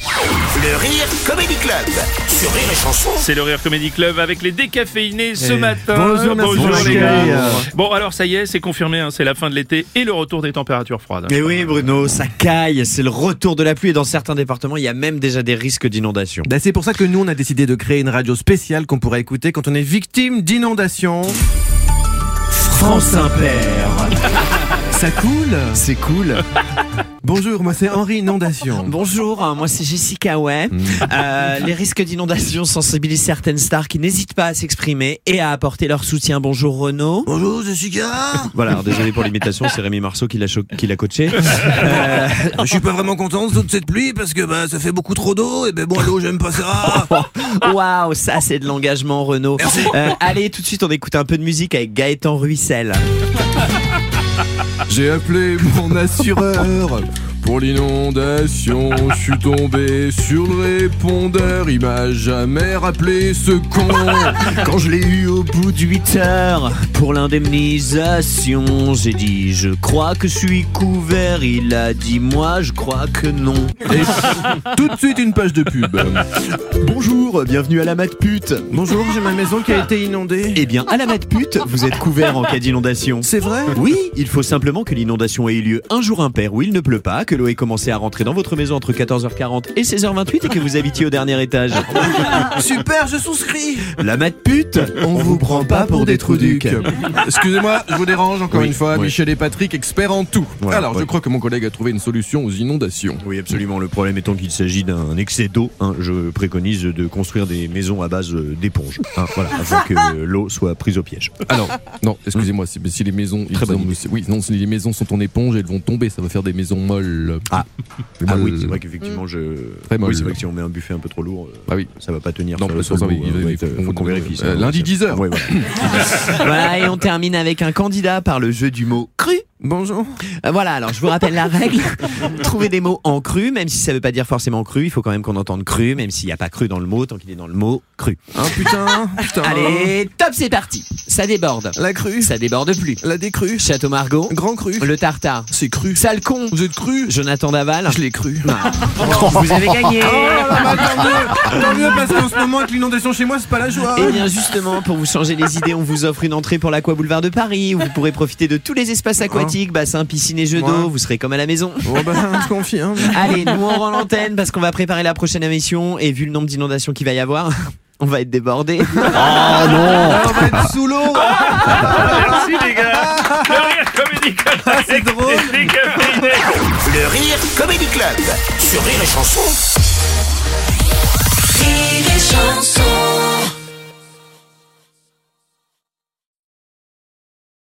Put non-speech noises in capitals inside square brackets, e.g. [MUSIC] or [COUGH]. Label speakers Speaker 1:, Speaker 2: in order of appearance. Speaker 1: Le Rire Comedy Club sur Rire et Chanson.
Speaker 2: C'est le Rire Comedy Club avec les décaféinés ce
Speaker 3: Eh,
Speaker 2: matin.
Speaker 3: bonjour, merci pour
Speaker 2: les
Speaker 3: l'accueil.
Speaker 2: gars.
Speaker 3: Bonjour.
Speaker 2: Bon, alors ça y est, c'est confirmé, hein, c'est la fin de l'été et le retour des températures froides.
Speaker 3: Mais
Speaker 2: [LAUGHS]
Speaker 3: Eh oui Bruno, ça caille, c'est le retour de la pluie et dans certains départements il y a même déjà des risques d'inondation.
Speaker 4: Ben, c'est pour ça que nous, on a décidé de créer une radio spéciale qu'on pourrait écouter quand on est victime d'inondations.
Speaker 3: France Impair
Speaker 4: [LAUGHS] Ça coule
Speaker 3: C'est cool.
Speaker 4: [LAUGHS] Bonjour, moi c'est Henri Inondation.
Speaker 3: Bonjour, hein, moi c'est Jessica Way. Euh, les risques d'inondation sensibilisent certaines stars qui n'hésitent pas à s'exprimer et à apporter leur soutien. Bonjour Renaud.
Speaker 4: Bonjour, Jessica
Speaker 3: Voilà, alors, désolé pour l'imitation, c'est Rémi Marceau qui l'a cho- qui l'a coaché.
Speaker 4: Je suis pas vraiment contente de cette pluie parce que bah, ça fait beaucoup trop d'eau et ben bon, l'eau, j'aime pas ça
Speaker 3: [LAUGHS] Waouh, ça c'est de l'engagement Renaud. Euh, allez, tout de suite on écoute un peu de musique avec Gaëtan Ruissel.
Speaker 5: [LAUGHS] J'ai appelé mon assureur pour l'inondation. Je suis tombé sur le répondeur. Il m'a jamais rappelé ce
Speaker 4: [LAUGHS]
Speaker 5: con.
Speaker 3: Quand je l'ai eu au bout de 8 heures pour l'indemnisation, j'ai dit je crois que je suis couvert. Il a dit moi je crois que non.
Speaker 5: Et tout de suite une page de pub.
Speaker 3: Bonjour, bienvenue à la mat pute.
Speaker 4: Bonjour, j'ai ma maison qui a été inondée.
Speaker 3: Eh bien, à la mat pute, vous êtes couvert en cas d'inondation.
Speaker 4: C'est vrai
Speaker 3: Oui, il faut simplement que l'inondation ait eu lieu un jour impair où il ne pleut pas, que l'eau ait commencé à rentrer dans votre maison entre 14h40 et 16h28 et que vous habitiez au dernier étage.
Speaker 4: Super, je souscris
Speaker 3: La mat pute, on vous prend pas pour des trous ducs.
Speaker 5: Excusez-moi, je vous dérange encore
Speaker 3: Oui,
Speaker 5: une fois.
Speaker 3: oui.
Speaker 5: Michel et Patrick, experts en tout.
Speaker 3: Voilà,
Speaker 5: Alors,
Speaker 3: ouais.
Speaker 5: je crois que mon collègue a trouvé une solution aux inondations.
Speaker 3: Oui, absolument. Le problème étant qu'il s'agit d'un excès d'eau. hein. Je préconise de construire des maisons à base euh, d'éponges. hein, voilà, afin que euh, l'eau soit prise au piège.
Speaker 5: Alors, non, excusez-moi, c'est- si les maisons, ils
Speaker 3: Très bonne
Speaker 5: ont-
Speaker 3: idée.
Speaker 5: oui, non, si les maisons sont en éponge, elles vont tomber. Ça va faire des maisons molles.
Speaker 3: Ah. Ah
Speaker 5: Ah,
Speaker 3: oui,
Speaker 5: le-
Speaker 3: c'est vrai qu'effectivement, je.
Speaker 5: Très molle.
Speaker 3: oui, c'est vrai que si on met un buffet un peu trop lourd, euh,
Speaker 5: Ah oui.
Speaker 3: ça va pas tenir.
Speaker 5: Non,
Speaker 3: sur
Speaker 5: mais
Speaker 3: le
Speaker 5: ça,
Speaker 3: sol,
Speaker 5: ça, il-
Speaker 3: euh,
Speaker 5: il-
Speaker 3: ouais,
Speaker 5: il-
Speaker 3: faut qu'on vérifie ça. hein.
Speaker 5: euh, lundi, 10h.
Speaker 3: Ouais, voilà.
Speaker 6: Voilà, et on termine avec un candidat par le jeu du mot cru.
Speaker 4: Bonjour.
Speaker 6: Euh, Voilà, alors je vous rappelle la règle.
Speaker 3: Trouver des mots en cru, même si ça veut pas dire forcément cru, il faut quand même qu'on entende cru, même s'il n'y a pas cru dans le mot, tant qu'il est dans le mot cru.
Speaker 4: Hein, putain, putain.
Speaker 6: Allez, top, c'est parti. Ça déborde.
Speaker 4: La crue,
Speaker 6: Ça déborde plus.
Speaker 4: la décrue,
Speaker 6: Château Margot,
Speaker 4: grand cru.
Speaker 6: le tartare,
Speaker 4: C'est cru.
Speaker 6: sale con,
Speaker 4: Vous êtes cru
Speaker 6: Jonathan Daval.
Speaker 4: Je l'ai cru.
Speaker 6: Vous avez gagné.
Speaker 4: Tant mieux parce qu'en ce moment avec l'inondation chez moi c'est pas la joie.
Speaker 6: Et Eh bien justement, pour vous changer les idées, on vous offre une entrée pour l'Aqua Boulevard de Paris, où vous pourrez profiter de tous les espaces aquatiques, bassins, piscines et jeux d'eau.
Speaker 4: Ouais.
Speaker 6: Vous serez comme à la maison.
Speaker 4: Bon ben je confirme.
Speaker 6: Allez, nous on rend l'antenne parce qu'on va préparer la prochaine émission et vu le nombre d'inondations qu'il va y avoir, [LAUGHS] on va être débordé.
Speaker 4: On va être sous l'eau.
Speaker 2: Merci les gars. Le Rire Comedy Club
Speaker 4: C'est drôle.
Speaker 2: avec les décaféinés.
Speaker 1: Le Rire Comedy Club sur Rire et Chanson.
Speaker 7: Rire et chanson.